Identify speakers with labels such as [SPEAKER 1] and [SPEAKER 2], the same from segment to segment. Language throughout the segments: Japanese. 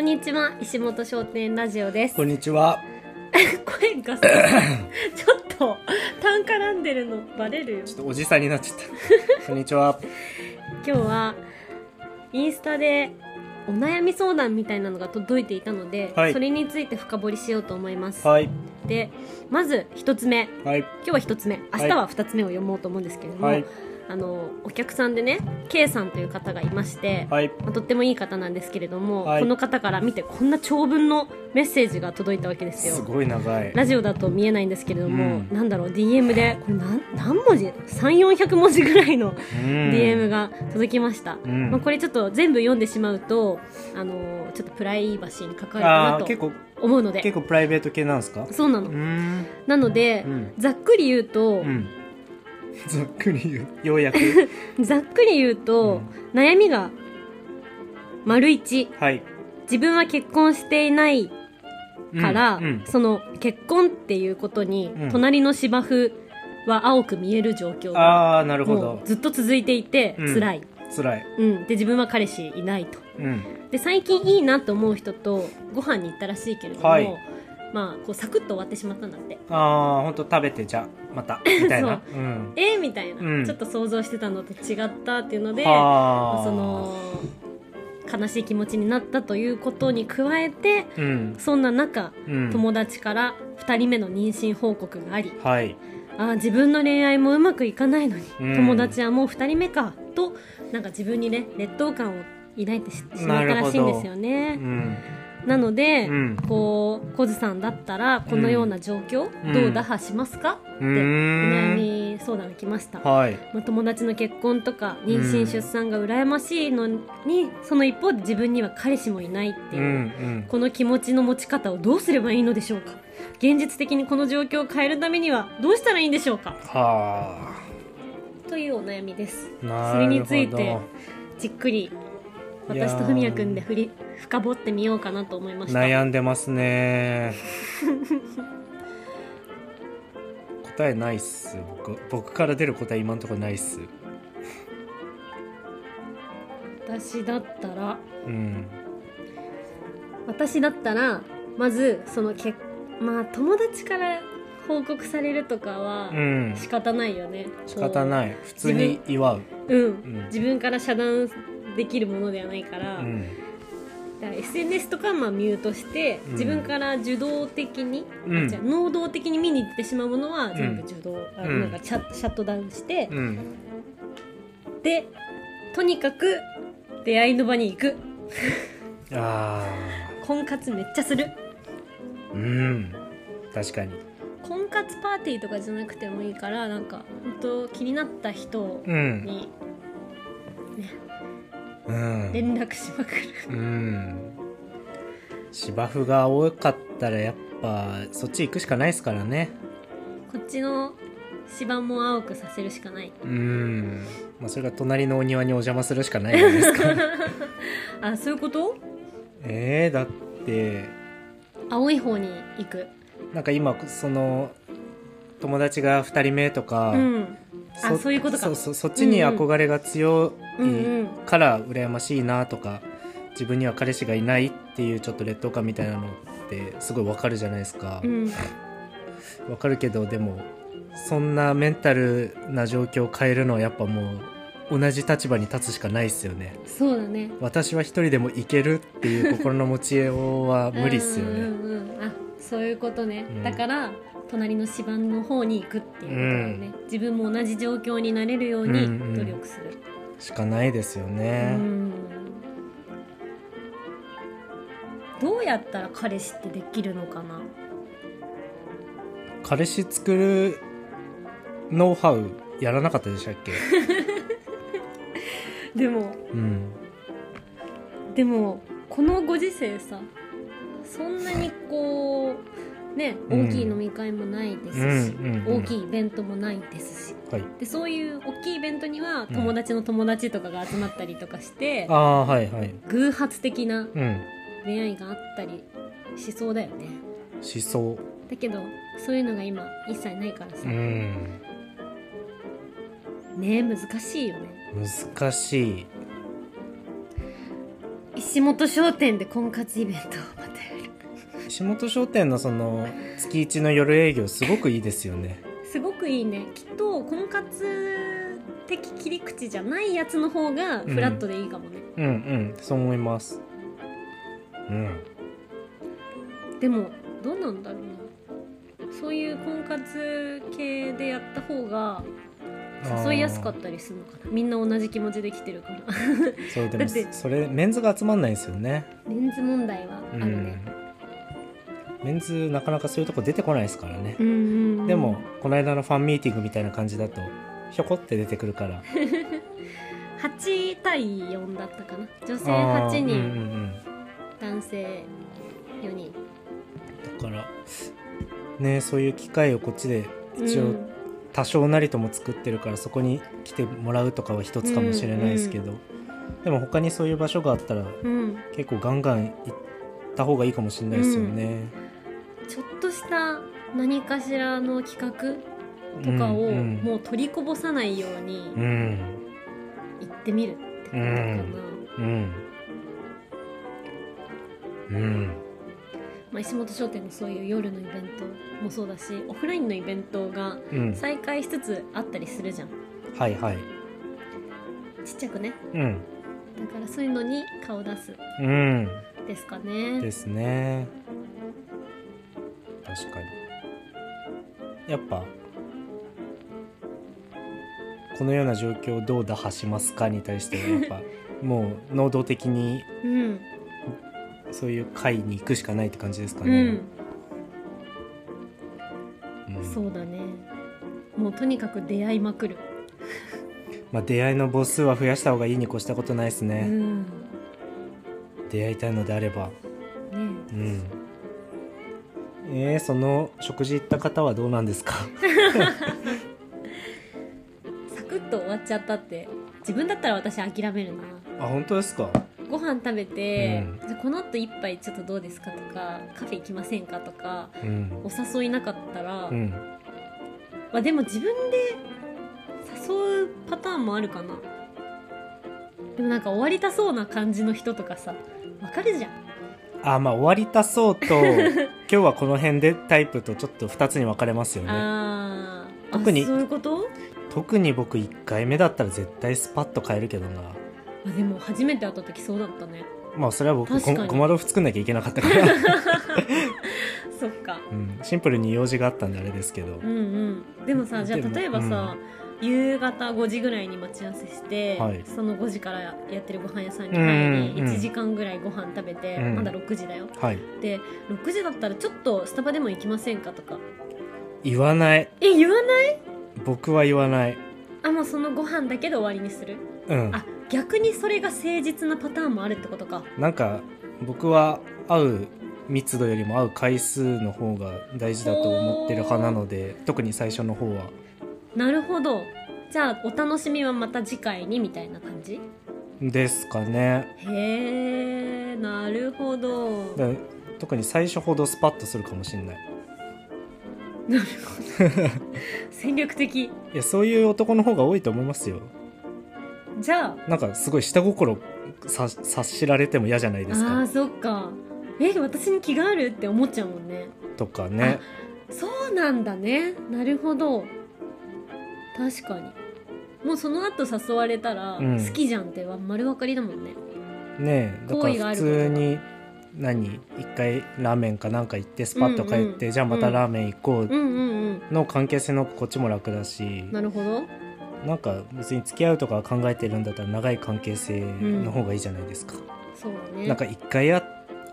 [SPEAKER 1] んにちは石本商店ラジオです
[SPEAKER 2] こんにちは。
[SPEAKER 1] 声がさちょっと単絡んでるのバレるよ
[SPEAKER 2] ちょっとおじさんになっち ゃった。こんにちは。
[SPEAKER 1] 今日はインスタでお悩み相談みたいなのが届いていたので、
[SPEAKER 2] はい
[SPEAKER 1] それについて深掘りしようと思います、
[SPEAKER 2] はい。
[SPEAKER 1] でまず一つ目
[SPEAKER 2] はい。
[SPEAKER 1] 今日は一つ目明日は二つ目を読もうと思うんですけれども、
[SPEAKER 2] はい。
[SPEAKER 1] あのお客さんでね K さんという方がいまして、
[SPEAKER 2] はい。
[SPEAKER 1] まあとってもいい方なんですけれども、
[SPEAKER 2] はい
[SPEAKER 1] この方から見てこんな長文のメッセージが届いたわけですよ
[SPEAKER 2] すごい長い。
[SPEAKER 1] ラジオだと見えないんですけれども、
[SPEAKER 2] うん
[SPEAKER 1] なんだろう DM でこれ何何文字3400文字ぐらいの
[SPEAKER 2] うん
[SPEAKER 1] DM。が届きました、
[SPEAKER 2] うん
[SPEAKER 1] まあ、これちょっと全部読んでしまうとあのちょっとプライバシーに関わる
[SPEAKER 2] あ
[SPEAKER 1] かな
[SPEAKER 2] あー、結
[SPEAKER 1] と
[SPEAKER 2] 構、
[SPEAKER 1] 思うの
[SPEAKER 2] 結
[SPEAKER 1] で
[SPEAKER 2] 構プライベート系なんですか
[SPEAKER 1] そうな
[SPEAKER 2] う
[SPEAKER 1] の
[SPEAKER 2] ん。
[SPEAKER 1] なので、
[SPEAKER 2] うん。
[SPEAKER 1] ざっくり言うと、
[SPEAKER 2] うん。ざっくり言う。よう やく。
[SPEAKER 1] ざっくり言うと、悩みが丸一
[SPEAKER 2] はい。
[SPEAKER 1] 自分は結婚していない
[SPEAKER 2] うん
[SPEAKER 1] から、
[SPEAKER 2] うん。
[SPEAKER 1] その結婚っていうことに、
[SPEAKER 2] うん
[SPEAKER 1] 隣の芝生は青く見える状況が
[SPEAKER 2] ああ、なるほ
[SPEAKER 1] も
[SPEAKER 2] ど
[SPEAKER 1] う。ずっと続いていて
[SPEAKER 2] うん
[SPEAKER 1] 辛い、
[SPEAKER 2] 辛い。
[SPEAKER 1] うんで自分は彼氏いないと
[SPEAKER 2] うん。
[SPEAKER 1] で最近いいなと思う人とご飯に行ったらしいけれども、
[SPEAKER 2] はい
[SPEAKER 1] まあこうサクッと終わってしまったんだって
[SPEAKER 2] ああ、ほんと食べて、じゃあ、また。みたいな。
[SPEAKER 1] そう
[SPEAKER 2] うん。
[SPEAKER 1] えー、みたいな、
[SPEAKER 2] うん
[SPEAKER 1] ちょっと想像してたのと違ったっていうので、
[SPEAKER 2] あ
[SPEAKER 1] まあ
[SPEAKER 2] ー
[SPEAKER 1] そ、の悲しい気持ちになったということに加えて
[SPEAKER 2] うん。
[SPEAKER 1] そんな中
[SPEAKER 2] うん。
[SPEAKER 1] 友達から2人目の妊娠報告があり、
[SPEAKER 2] はい。
[SPEAKER 1] あー自分の恋愛もうまくいかないのに、
[SPEAKER 2] うん
[SPEAKER 1] 友達はもう2人目かとなんか自分にね劣等感を抱いてししまったらしいんですよ
[SPEAKER 2] う
[SPEAKER 1] ね。
[SPEAKER 2] ん。
[SPEAKER 1] なので、
[SPEAKER 2] うん。
[SPEAKER 1] こう小津さんだったらこのような状況、
[SPEAKER 2] うん
[SPEAKER 1] どう打破しますか、
[SPEAKER 2] う
[SPEAKER 1] お悩
[SPEAKER 2] ん。
[SPEAKER 1] み相談が来ました、
[SPEAKER 2] はい。
[SPEAKER 1] まあ、友達の結婚とか妊娠、
[SPEAKER 2] うん
[SPEAKER 1] 出産が羨ましいのにその一方で自分には彼氏もいないっていうう、
[SPEAKER 2] んうん
[SPEAKER 1] この気持ちの持ち方をどうすればいいのでしょうか現実的にこの状況を変えるためにはどうしたらいいんでしょうか
[SPEAKER 2] は
[SPEAKER 1] というお悩みです
[SPEAKER 2] あな
[SPEAKER 1] それ
[SPEAKER 2] る
[SPEAKER 1] に
[SPEAKER 2] ほど
[SPEAKER 1] ついてじっくり
[SPEAKER 2] いやー
[SPEAKER 1] 私とふみやくんで振り深掘ってみようかなと思いました
[SPEAKER 2] 悩んでますね答えないっす僕僕から出る答え今んとこないっす
[SPEAKER 1] 私だったら
[SPEAKER 2] うん
[SPEAKER 1] 私だったらまずそのけまあ友達から報告されるとかは
[SPEAKER 2] うん
[SPEAKER 1] 仕方ないよね、
[SPEAKER 2] 仕方
[SPEAKER 1] い
[SPEAKER 2] ない普通に祝う
[SPEAKER 1] うん、
[SPEAKER 2] ん
[SPEAKER 1] 自分から遮断できるものではないから,、
[SPEAKER 2] うん
[SPEAKER 1] だから SNS とかはまあミュートして、
[SPEAKER 2] うん
[SPEAKER 1] 自分から受動的に、
[SPEAKER 2] うん
[SPEAKER 1] じゃあ能動的に見に行ってしまうものは全部受動、あ
[SPEAKER 2] うん
[SPEAKER 1] なんかシャシャットダウンして、
[SPEAKER 2] うん
[SPEAKER 1] でとにかく出会いの場に行く
[SPEAKER 2] あ
[SPEAKER 1] 婚活めっちゃする
[SPEAKER 2] ーうん確かに
[SPEAKER 1] 婚活パーティーとかじゃなくてもいいからなんか本当気になった人
[SPEAKER 2] うん
[SPEAKER 1] に
[SPEAKER 2] うん
[SPEAKER 1] 連絡しまくる、
[SPEAKER 2] うん芝生が多かったらやっぱそっち行くしかないっすからね
[SPEAKER 1] こっちの芝も青くさせるしかない
[SPEAKER 2] うん、まあ、それが隣のお庭にお邪魔するしかないじゃないですか
[SPEAKER 1] あそういうこと
[SPEAKER 2] えー、だって
[SPEAKER 1] 青い方に行く
[SPEAKER 2] なんか今その友達が2人目とか、
[SPEAKER 1] うんあそういうことか
[SPEAKER 2] そうそうそっちに憧れが強
[SPEAKER 1] うんうん
[SPEAKER 2] いから羨ましいなとか、自分には彼氏がいないっていうちょっと劣等感みたいなのってすごいわかるじゃないですか
[SPEAKER 1] う
[SPEAKER 2] わ、
[SPEAKER 1] ん
[SPEAKER 2] かるけどでもそんなメンタルな状況を変えるのはやっぱもう同じ立場に立つしかないですよね
[SPEAKER 1] そうだね
[SPEAKER 2] 私は一人でもいけるっていう心の持ちようは無理っすよ
[SPEAKER 1] う
[SPEAKER 2] ね。
[SPEAKER 1] んうんうんあそういうことね、
[SPEAKER 2] うん
[SPEAKER 1] だから隣の芝の方に行くっていうことだよね、自分も同じ状況になれるように
[SPEAKER 2] うんうん
[SPEAKER 1] 努力する、
[SPEAKER 2] しかないですよね。
[SPEAKER 1] うんどうやったら彼氏ってできるのかな
[SPEAKER 2] 彼氏作るノウハウやらなかったでしたっけ
[SPEAKER 1] でも
[SPEAKER 2] うん。
[SPEAKER 1] でもこのご時世さそんなにこうね
[SPEAKER 2] うん
[SPEAKER 1] 大きい飲み会もないですし、
[SPEAKER 2] うんうんうん
[SPEAKER 1] 大きいイベントもないですし
[SPEAKER 2] はい。
[SPEAKER 1] でそういう大きいイベントには友達の友達とかが集まったりとかして
[SPEAKER 2] あ、あ、はいはい。
[SPEAKER 1] 偶発的な
[SPEAKER 2] うん。
[SPEAKER 1] 恋愛があったりしそうだよね
[SPEAKER 2] 思想。
[SPEAKER 1] だけどそういうのが今一切ないからさ、
[SPEAKER 2] うん。
[SPEAKER 1] ね難しいよね
[SPEAKER 2] 難しい。
[SPEAKER 1] 石石本商店で婚活イベントをまたやる
[SPEAKER 2] 石本商店のその月一の夜営業すごくいいですよね
[SPEAKER 1] すごくいいねきっと婚活的切り口じゃないやつの方がフラットでいいかもね、
[SPEAKER 2] うんうんそう思いますうん
[SPEAKER 1] でもどうなんだろうなそういう婚活系でやった方が誘いやすかったりするのかなみんな同じ気持ちで来てる から
[SPEAKER 2] たそうでも
[SPEAKER 1] だって
[SPEAKER 2] それメンズが集まんないんですよね
[SPEAKER 1] メンズ問題はあ
[SPEAKER 2] う
[SPEAKER 1] る
[SPEAKER 2] ん
[SPEAKER 1] ね、
[SPEAKER 2] メンズなかなかそういうとこ出てこないですからね
[SPEAKER 1] う、んうんうん
[SPEAKER 2] でもこの間のファンミーティングみたいな感じだとひょこって出てく るから
[SPEAKER 1] 8対4だったかな女性
[SPEAKER 2] あ
[SPEAKER 1] 8
[SPEAKER 2] ー
[SPEAKER 1] 人、
[SPEAKER 2] うんうんうん
[SPEAKER 1] 男性4人
[SPEAKER 2] だからねそういう機会をこっちで一応
[SPEAKER 1] うん
[SPEAKER 2] 多少なりとも作ってるからそこに来てもらうとかは一つかもしれないですけど、でも他にそういう場所があったら
[SPEAKER 1] うん
[SPEAKER 2] 結構ガンガン行った方がいいかもしれないですよね。
[SPEAKER 1] ちょっとした何かしらの企画とかを
[SPEAKER 2] うん
[SPEAKER 1] もう取りこぼさないよう
[SPEAKER 2] う
[SPEAKER 1] に
[SPEAKER 2] ん
[SPEAKER 1] 行ってみるってことかな、
[SPEAKER 2] うんうん
[SPEAKER 1] まあ、石本商店のそういう夜のイベントもそうだしオフラインのイベントが
[SPEAKER 2] うん
[SPEAKER 1] 再開しつつあったりするじゃん
[SPEAKER 2] はいはい
[SPEAKER 1] ちっちゃくね
[SPEAKER 2] うん
[SPEAKER 1] だからそういうのに顔出す
[SPEAKER 2] うん
[SPEAKER 1] ですかね
[SPEAKER 2] ですね確かにやっぱこのような状況をどう打破しますかに対してはやっぱもう能動的に
[SPEAKER 1] うん
[SPEAKER 2] そういう会に行くしかないって感じですか
[SPEAKER 1] う
[SPEAKER 2] ね
[SPEAKER 1] ん、
[SPEAKER 2] うん
[SPEAKER 1] そうだねもうとにかく出会いまくる、
[SPEAKER 2] まあ、出会いの母数は増やした方がいいに越したことないです
[SPEAKER 1] う
[SPEAKER 2] ね、
[SPEAKER 1] んね
[SPEAKER 2] 出会いたいのであればうんえー、その食事行った方はどうなんで すか
[SPEAKER 1] サクッと終わっちゃったって自分だったら私諦めるな
[SPEAKER 2] あ本当ですか
[SPEAKER 1] ご飯食べて、
[SPEAKER 2] う
[SPEAKER 1] じゃあこの後一杯ちょっとどうですかとかカフェ行きませんかとか
[SPEAKER 2] うん
[SPEAKER 1] お誘いなかったら、
[SPEAKER 2] うん
[SPEAKER 1] まあ、でも自分で誘うパターンもあるかなでもなんか終わりたそうな感じの人とかさわかるじゃん
[SPEAKER 2] あまあ終わりたそ うと今日はこの辺でタイプとちょっと2つに分かれますよね
[SPEAKER 1] あー
[SPEAKER 2] 特に
[SPEAKER 1] あそういうこと、
[SPEAKER 2] 特に僕1回目だったら絶対スパッと変えるけどな
[SPEAKER 1] まあ、でも初めて会った時そうだったね
[SPEAKER 2] まあそれは僕
[SPEAKER 1] 確か
[SPEAKER 2] ご
[SPEAKER 1] に
[SPEAKER 2] ごま豆腐作んなきゃいけなかったから、
[SPEAKER 1] そっか
[SPEAKER 2] うん、シンプルに用事があったんであれですけど
[SPEAKER 1] うんうんでもさじゃ
[SPEAKER 2] で
[SPEAKER 1] あ
[SPEAKER 2] も
[SPEAKER 1] 例えばさ、夕方5時ぐらいに待ち合わせして、
[SPEAKER 2] はい
[SPEAKER 1] その5時からやってるご飯屋さんに
[SPEAKER 2] うん
[SPEAKER 1] 入
[SPEAKER 2] うん
[SPEAKER 1] り
[SPEAKER 2] うん
[SPEAKER 1] 1時間ぐらいご飯食べて、
[SPEAKER 2] うん
[SPEAKER 1] まだ6時だよ
[SPEAKER 2] はい
[SPEAKER 1] で6時だったらちょっとスタバでも行きませんかとか
[SPEAKER 2] 言わない
[SPEAKER 1] え言わない
[SPEAKER 2] 僕は言わない
[SPEAKER 1] あもうそのご飯だけで終わりにする
[SPEAKER 2] うん
[SPEAKER 1] あ逆にそれが誠実なパターンもあるってことか
[SPEAKER 2] なんか僕は会う密度よりも会う回数の方が大事だと思ってる派なので特に最初の方は
[SPEAKER 1] なるほどじゃあお楽しみはまた次回にみたいな感じ
[SPEAKER 2] ですかね
[SPEAKER 1] へえなるほど
[SPEAKER 2] だから特に最初ほどスパッとするかもしれない
[SPEAKER 1] 戦略的
[SPEAKER 2] いやそういう男の方が多いと思いますよ
[SPEAKER 1] じゃあ
[SPEAKER 2] なんかすごい下心さ察しられても嫌じゃないです
[SPEAKER 1] あ
[SPEAKER 2] か
[SPEAKER 1] ーそっかえ私に気があるって思っちゃうもんね
[SPEAKER 2] とかね
[SPEAKER 1] そうなんだねなるほど確かにもうその後誘われたら、
[SPEAKER 2] うん
[SPEAKER 1] 好きじゃんっては丸分かりだもんね
[SPEAKER 2] ねえだか
[SPEAKER 1] 好意が
[SPEAKER 2] ら
[SPEAKER 1] あ
[SPEAKER 2] 普
[SPEAKER 1] ることが
[SPEAKER 2] 通に何一回ラーメンかなんか行ってスパッと帰って、
[SPEAKER 1] うんうん
[SPEAKER 2] じゃあまたラーメン行こ
[SPEAKER 1] う
[SPEAKER 2] うん
[SPEAKER 1] うんうん
[SPEAKER 2] の関係性の方がこっちも楽だし、
[SPEAKER 1] なるほど
[SPEAKER 2] なんか別に付き合うとか考えてるんだったら長い関係性の方がいいじゃないですか、
[SPEAKER 1] そうだね
[SPEAKER 2] なんか一回あ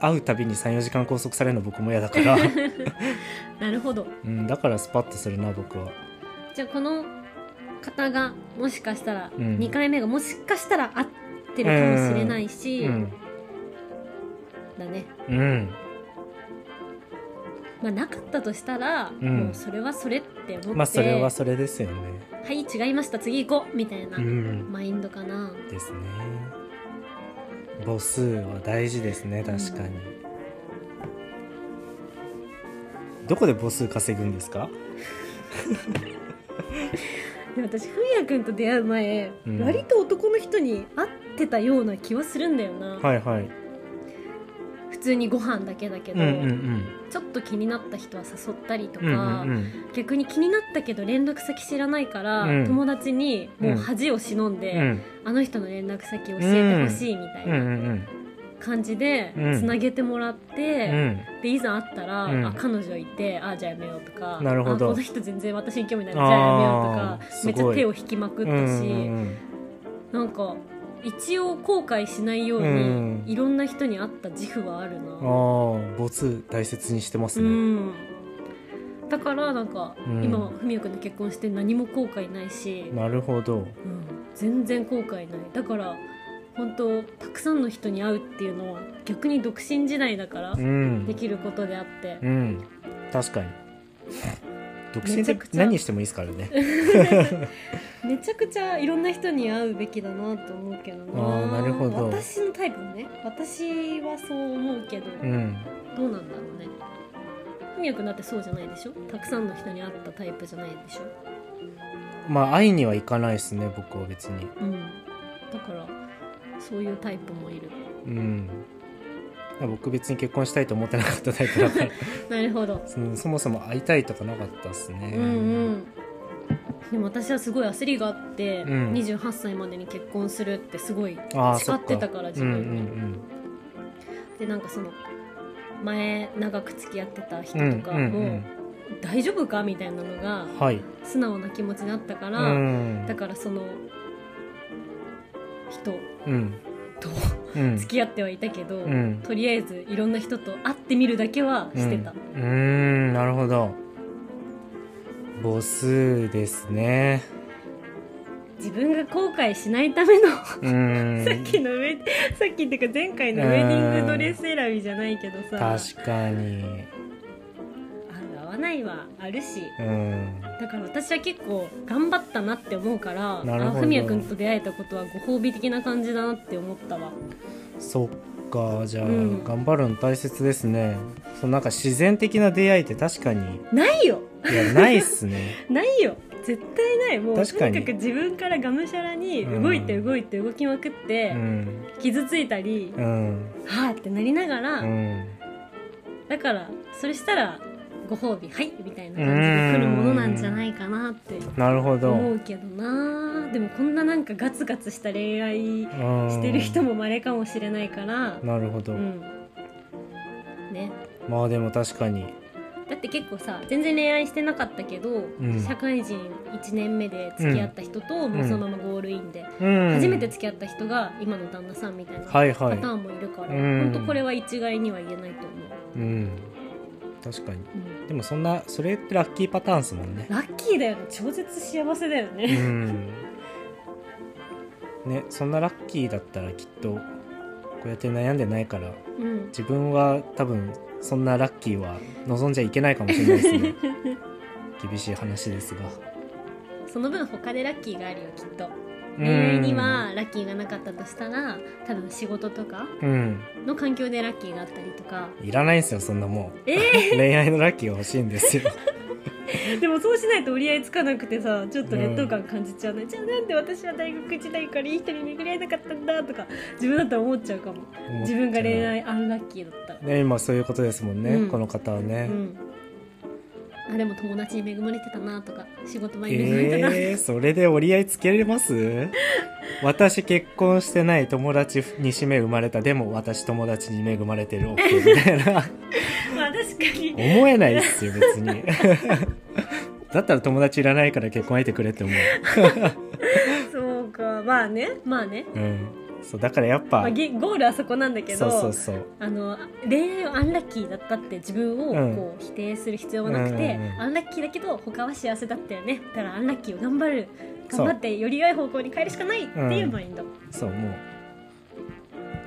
[SPEAKER 2] 会うたびに34時間拘束されるの僕も嫌だから
[SPEAKER 1] なるほど
[SPEAKER 2] うんだからスパッとするな僕は
[SPEAKER 1] じゃあこの方がもしかしたら、
[SPEAKER 2] うん
[SPEAKER 1] 2回目がもしかしたら合ってるかもしれないし、
[SPEAKER 2] うん
[SPEAKER 1] だね
[SPEAKER 2] うん
[SPEAKER 1] まあなかったとしたら、
[SPEAKER 2] ん
[SPEAKER 1] もうそれはそれって思って、
[SPEAKER 2] まあそれはそれですよね
[SPEAKER 1] はい違いました次行こうみたいな、
[SPEAKER 2] うん
[SPEAKER 1] マインドかな
[SPEAKER 2] ですね母数は大事ですね確かに、どこで母数稼ぐんですか
[SPEAKER 1] で私ふみやくんと出会う前、
[SPEAKER 2] うん
[SPEAKER 1] 割と男の人に会ってたような気はするんだよな、
[SPEAKER 2] はいはい
[SPEAKER 1] 通にご飯だけだけ
[SPEAKER 2] うん
[SPEAKER 1] ど、
[SPEAKER 2] うんうん
[SPEAKER 1] ちょっと気になった人は誘ったりとか、
[SPEAKER 2] うんうん
[SPEAKER 1] 逆に気になったけど連絡先知らないから、
[SPEAKER 2] うん
[SPEAKER 1] 友達にもう恥を忍ん
[SPEAKER 2] う
[SPEAKER 1] で、
[SPEAKER 2] ん
[SPEAKER 1] あの人の連絡先教えてほしいみたい
[SPEAKER 2] うんうんう
[SPEAKER 1] なん感じで
[SPEAKER 2] うん
[SPEAKER 1] つなげてもらって。
[SPEAKER 2] うん
[SPEAKER 1] でいざ会ったら、
[SPEAKER 2] うん
[SPEAKER 1] あ彼女いてあじゃあやめようとか
[SPEAKER 2] なるほど
[SPEAKER 1] あこの人全然私に興味ないからじゃあやめようとか
[SPEAKER 2] あー
[SPEAKER 1] めっち
[SPEAKER 2] すご
[SPEAKER 1] ゃ
[SPEAKER 2] い
[SPEAKER 1] 手を引きまくっ
[SPEAKER 2] う
[SPEAKER 1] たし、
[SPEAKER 2] ん
[SPEAKER 1] なんか一応後悔しないように、
[SPEAKER 2] うん
[SPEAKER 1] いろんな人に会った自負はある
[SPEAKER 2] ああ
[SPEAKER 1] な、
[SPEAKER 2] ーボツ大切にしてます
[SPEAKER 1] う
[SPEAKER 2] ね
[SPEAKER 1] ん、だからなんか、
[SPEAKER 2] うん
[SPEAKER 1] 今ふみやくんと結婚して何も後悔ないし、
[SPEAKER 2] なるほど
[SPEAKER 1] うん、全然後悔ないだから本当たくさんの人に会うっていうのは逆に独身時代だから
[SPEAKER 2] うん
[SPEAKER 1] できることであって
[SPEAKER 2] う、ん確かに独身
[SPEAKER 1] めち
[SPEAKER 2] で
[SPEAKER 1] ゃくちゃ
[SPEAKER 2] 何してもいいですからね
[SPEAKER 1] めちゃくちゃいろんな人に会うべきだなと思うけど
[SPEAKER 2] あー
[SPEAKER 1] な
[SPEAKER 2] なるほど
[SPEAKER 1] 私のタイプね私はそう思うけど、
[SPEAKER 2] うん
[SPEAKER 1] どうなんだろうねふみやくんだってそうじゃないでしょたくさんの人に会ったタイプじゃないでしょ
[SPEAKER 2] まあ会いには行かないですね僕は別に
[SPEAKER 1] うんだからそういうタイプもいる
[SPEAKER 2] うん僕別に結婚したいと思ってなかったタイプ だから
[SPEAKER 1] なるほど
[SPEAKER 2] そのそもそも会いたいとかなかったっすね
[SPEAKER 1] うんうんでも私はすごい焦りがあって、
[SPEAKER 2] うん
[SPEAKER 1] 28歳までに結婚するってすごい
[SPEAKER 2] ああ
[SPEAKER 1] 誓
[SPEAKER 2] そ
[SPEAKER 1] ってたから
[SPEAKER 2] っか
[SPEAKER 1] 自
[SPEAKER 2] うんう
[SPEAKER 1] 分に、
[SPEAKER 2] ん
[SPEAKER 1] でなんかその前長く付き合ってた人
[SPEAKER 2] うんうん
[SPEAKER 1] とかも、
[SPEAKER 2] うん
[SPEAKER 1] 大丈夫かみたいなのが
[SPEAKER 2] うんはい
[SPEAKER 1] 素直な気持ちになったから、
[SPEAKER 2] うん
[SPEAKER 1] だからその人
[SPEAKER 2] うん
[SPEAKER 1] と
[SPEAKER 2] うん
[SPEAKER 1] 付き合ってはいたけど、
[SPEAKER 2] うん
[SPEAKER 1] とりあえずいろんな人と会ってみるだけはしてた、
[SPEAKER 2] うんうーんなるほど母数ですね
[SPEAKER 1] 自分が後悔しないための さ
[SPEAKER 2] うーん
[SPEAKER 1] っきのウェさっきっていうか前回のウェディングドレス選びじゃないけどさ
[SPEAKER 2] 確かに
[SPEAKER 1] 合う合わないはあるし
[SPEAKER 2] うん
[SPEAKER 1] だから私は結構頑張ったなって思うから
[SPEAKER 2] なるほど
[SPEAKER 1] あふみやくんと出会えたことはご褒美的な感じだなって思ったわ
[SPEAKER 2] そっかじゃあ、
[SPEAKER 1] うん
[SPEAKER 2] 頑張るの大切ですねそのなんか自然的な出会いって確かに
[SPEAKER 1] ないよ
[SPEAKER 2] いやないっ すね
[SPEAKER 1] ないよ絶対ないもう
[SPEAKER 2] 確かに
[SPEAKER 1] とにかく自分からがむしゃらに動いて動いて動きまくっ
[SPEAKER 2] う
[SPEAKER 1] て、
[SPEAKER 2] ん
[SPEAKER 1] 傷ついたり、
[SPEAKER 2] うん
[SPEAKER 1] はあってなりながら、
[SPEAKER 2] うん
[SPEAKER 1] だからそれしたらご褒美はいみたいな感じで来るものなんじゃないかなって
[SPEAKER 2] なるほど
[SPEAKER 1] 思うけどなでもこんななんかガツガツした恋愛してる人
[SPEAKER 2] も
[SPEAKER 1] もまれかもしれないから
[SPEAKER 2] なるほど、
[SPEAKER 1] うんね
[SPEAKER 2] まあでも確かに
[SPEAKER 1] だって結構さ全然恋愛してなかったけど、
[SPEAKER 2] ん
[SPEAKER 1] 社会人1年目で付き合った人と、もうそのままゴールインで、
[SPEAKER 2] うん
[SPEAKER 1] 初めて付き合った人が今の旦那さんみたいなパ
[SPEAKER 2] はい
[SPEAKER 1] タ
[SPEAKER 2] はい
[SPEAKER 1] ーンもいるから、
[SPEAKER 2] うん
[SPEAKER 1] 本当これは一概には言えないと思う、
[SPEAKER 2] うん確かに
[SPEAKER 1] うん
[SPEAKER 2] でもそんなそれってラッキーパターンっす もんね
[SPEAKER 1] ラッキーだよね超絶幸せだよ
[SPEAKER 2] う
[SPEAKER 1] ね
[SPEAKER 2] んねそんなラッキーだったらきっとこうやって悩んでないから
[SPEAKER 1] うん
[SPEAKER 2] 自分は多分そんなラッキーは望んじゃいけないかもしれないです ね厳しい話ですが
[SPEAKER 1] その分他でラッキーがあるよきっと恋愛にはラッキーがなかったとしたら多分仕事とか
[SPEAKER 2] うん
[SPEAKER 1] の環境でラッキーがあったりとか
[SPEAKER 2] いらないんですよそんなもう、
[SPEAKER 1] え
[SPEAKER 2] 恋愛のラッキーが欲しいんですよ
[SPEAKER 1] でもそうしないと折り合いつかなくてさちょっと劣等感感じちゃうね、じゃあなんで私は大学時代からいい人に巡り合えなかったんだとか自分だったら思っちゃうかも 自分が恋愛アンラッキーだったら、
[SPEAKER 2] ね今そういうことですもんね、
[SPEAKER 1] うん
[SPEAKER 2] この方は
[SPEAKER 1] う
[SPEAKER 2] ね、
[SPEAKER 1] んあでも友達に恵まれてたなとか仕事場に恵まれてたな、
[SPEAKER 2] えー、それで折り合いつけれます私結婚してない友達にしめ生まれたでも私友達に恵まれてる OK みたいな
[SPEAKER 1] まあ確かに
[SPEAKER 2] 思えないっすよ別に だったら友達いらないから結婚相手くれって思う
[SPEAKER 1] そうかまあねまあね、
[SPEAKER 2] うん、そうだからやっぱ、
[SPEAKER 1] まあ、げゴールはそこなんだけ
[SPEAKER 2] そ
[SPEAKER 1] ど
[SPEAKER 2] うそうそう
[SPEAKER 1] あの恋愛をアンラッキーだったって自分
[SPEAKER 2] うん
[SPEAKER 1] をこう否定する必要はなくて、
[SPEAKER 2] うんうんうん
[SPEAKER 1] アンラッキーだけど他は幸せだったよねだからアンラッキーを頑張る
[SPEAKER 2] そう
[SPEAKER 1] 頑張ってより良い方向に変えるしかないっていうマインド、
[SPEAKER 2] そうもう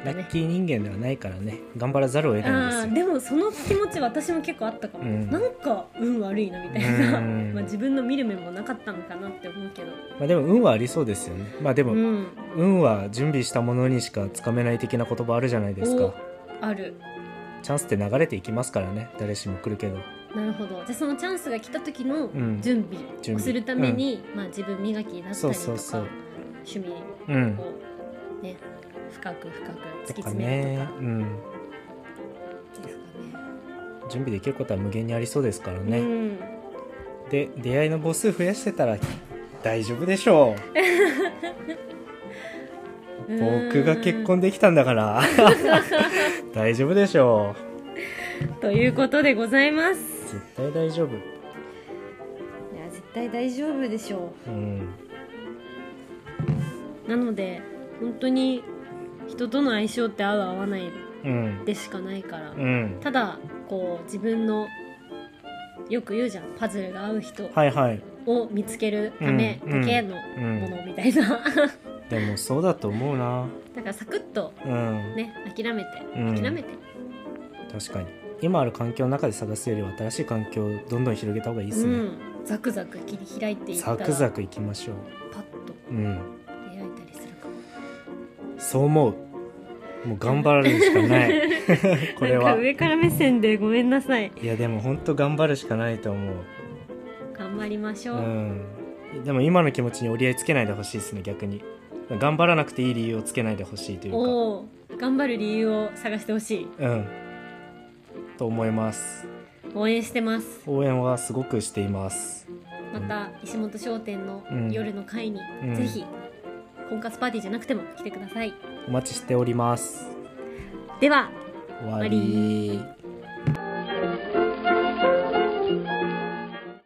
[SPEAKER 2] ラッキー人間ではないからね頑張らざるを得
[SPEAKER 1] あ
[SPEAKER 2] ない
[SPEAKER 1] あー
[SPEAKER 2] んですよ
[SPEAKER 1] でもその気持ち私も結構あったかも、
[SPEAKER 2] うん
[SPEAKER 1] なんか運悪いなみたいな、
[SPEAKER 2] うん
[SPEAKER 1] まあ自分の見る目もなかったのかなって思うけど、
[SPEAKER 2] まあ、でも運はありそうですよねまあでも、
[SPEAKER 1] うん、
[SPEAKER 2] 運は準備したものにしかつかめない的な言葉あるじゃないですか
[SPEAKER 1] おある
[SPEAKER 2] チャンスって流れていきますからね誰しも来るけど
[SPEAKER 1] なるほどじゃあそのチャンスが来た時の
[SPEAKER 2] ん
[SPEAKER 1] 準
[SPEAKER 2] 準備
[SPEAKER 1] 備をするために、まあ、自分磨きだった
[SPEAKER 2] そう
[SPEAKER 1] りと
[SPEAKER 2] そう
[SPEAKER 1] か
[SPEAKER 2] そう
[SPEAKER 1] 趣味
[SPEAKER 2] うん
[SPEAKER 1] こうね深く深く突き
[SPEAKER 2] とか
[SPEAKER 1] 詰め
[SPEAKER 2] ね
[SPEAKER 1] るとか
[SPEAKER 2] うん準備できることは無限にありそうですから
[SPEAKER 1] う
[SPEAKER 2] ね、
[SPEAKER 1] ん、
[SPEAKER 2] で出会いの母数増やしてたら大丈夫でしょう僕が結婚できたんだから 大丈夫でしょ
[SPEAKER 1] うんということでございます
[SPEAKER 2] う絶対大丈夫
[SPEAKER 1] いや絶対大丈夫でしょ
[SPEAKER 2] うん
[SPEAKER 1] うなので本当に人との相性って合う合わない
[SPEAKER 2] うん
[SPEAKER 1] でしかないから、
[SPEAKER 2] うん
[SPEAKER 1] ただこう自分のよく言うじゃんパズルが合う人
[SPEAKER 2] はいはい
[SPEAKER 1] を見つけるため
[SPEAKER 2] うん
[SPEAKER 1] だけの
[SPEAKER 2] うん
[SPEAKER 1] ものみたいな
[SPEAKER 2] でもそうだと思うな
[SPEAKER 1] だからサクッと
[SPEAKER 2] うん、
[SPEAKER 1] ね諦めて
[SPEAKER 2] うん
[SPEAKER 1] 諦めて、
[SPEAKER 2] 確かに今ある環境の中で探すよりは新しい環境をどんどん広げた方がいいで
[SPEAKER 1] う
[SPEAKER 2] すね、
[SPEAKER 1] ん、ザクザク切り開いていった
[SPEAKER 2] ザ
[SPEAKER 1] ら
[SPEAKER 2] クザクいきましょう
[SPEAKER 1] パッと
[SPEAKER 2] う
[SPEAKER 1] 出
[SPEAKER 2] ん
[SPEAKER 1] 会えたりするかも
[SPEAKER 2] そう思うもう頑張るしかない これ
[SPEAKER 1] なん
[SPEAKER 2] は
[SPEAKER 1] か上から目線でごめんなさい
[SPEAKER 2] いやでも本当頑張るしかないと思う
[SPEAKER 1] 頑張りましょ
[SPEAKER 2] う
[SPEAKER 1] う、
[SPEAKER 2] んでも今の気持ちに折り合いつけないでほしいですね逆に頑張らなくていい理由をつけないでほしいという
[SPEAKER 1] おお頑張る理由を探してほしい
[SPEAKER 2] かうんと思います
[SPEAKER 1] 応援してます
[SPEAKER 2] 応援はすごくしています
[SPEAKER 1] また石本商店の
[SPEAKER 2] うん
[SPEAKER 1] 夜の会に、
[SPEAKER 2] うん
[SPEAKER 1] ぜひ婚活パーティーじゃなくても来てください
[SPEAKER 2] お待ちしております
[SPEAKER 1] では
[SPEAKER 2] 終わり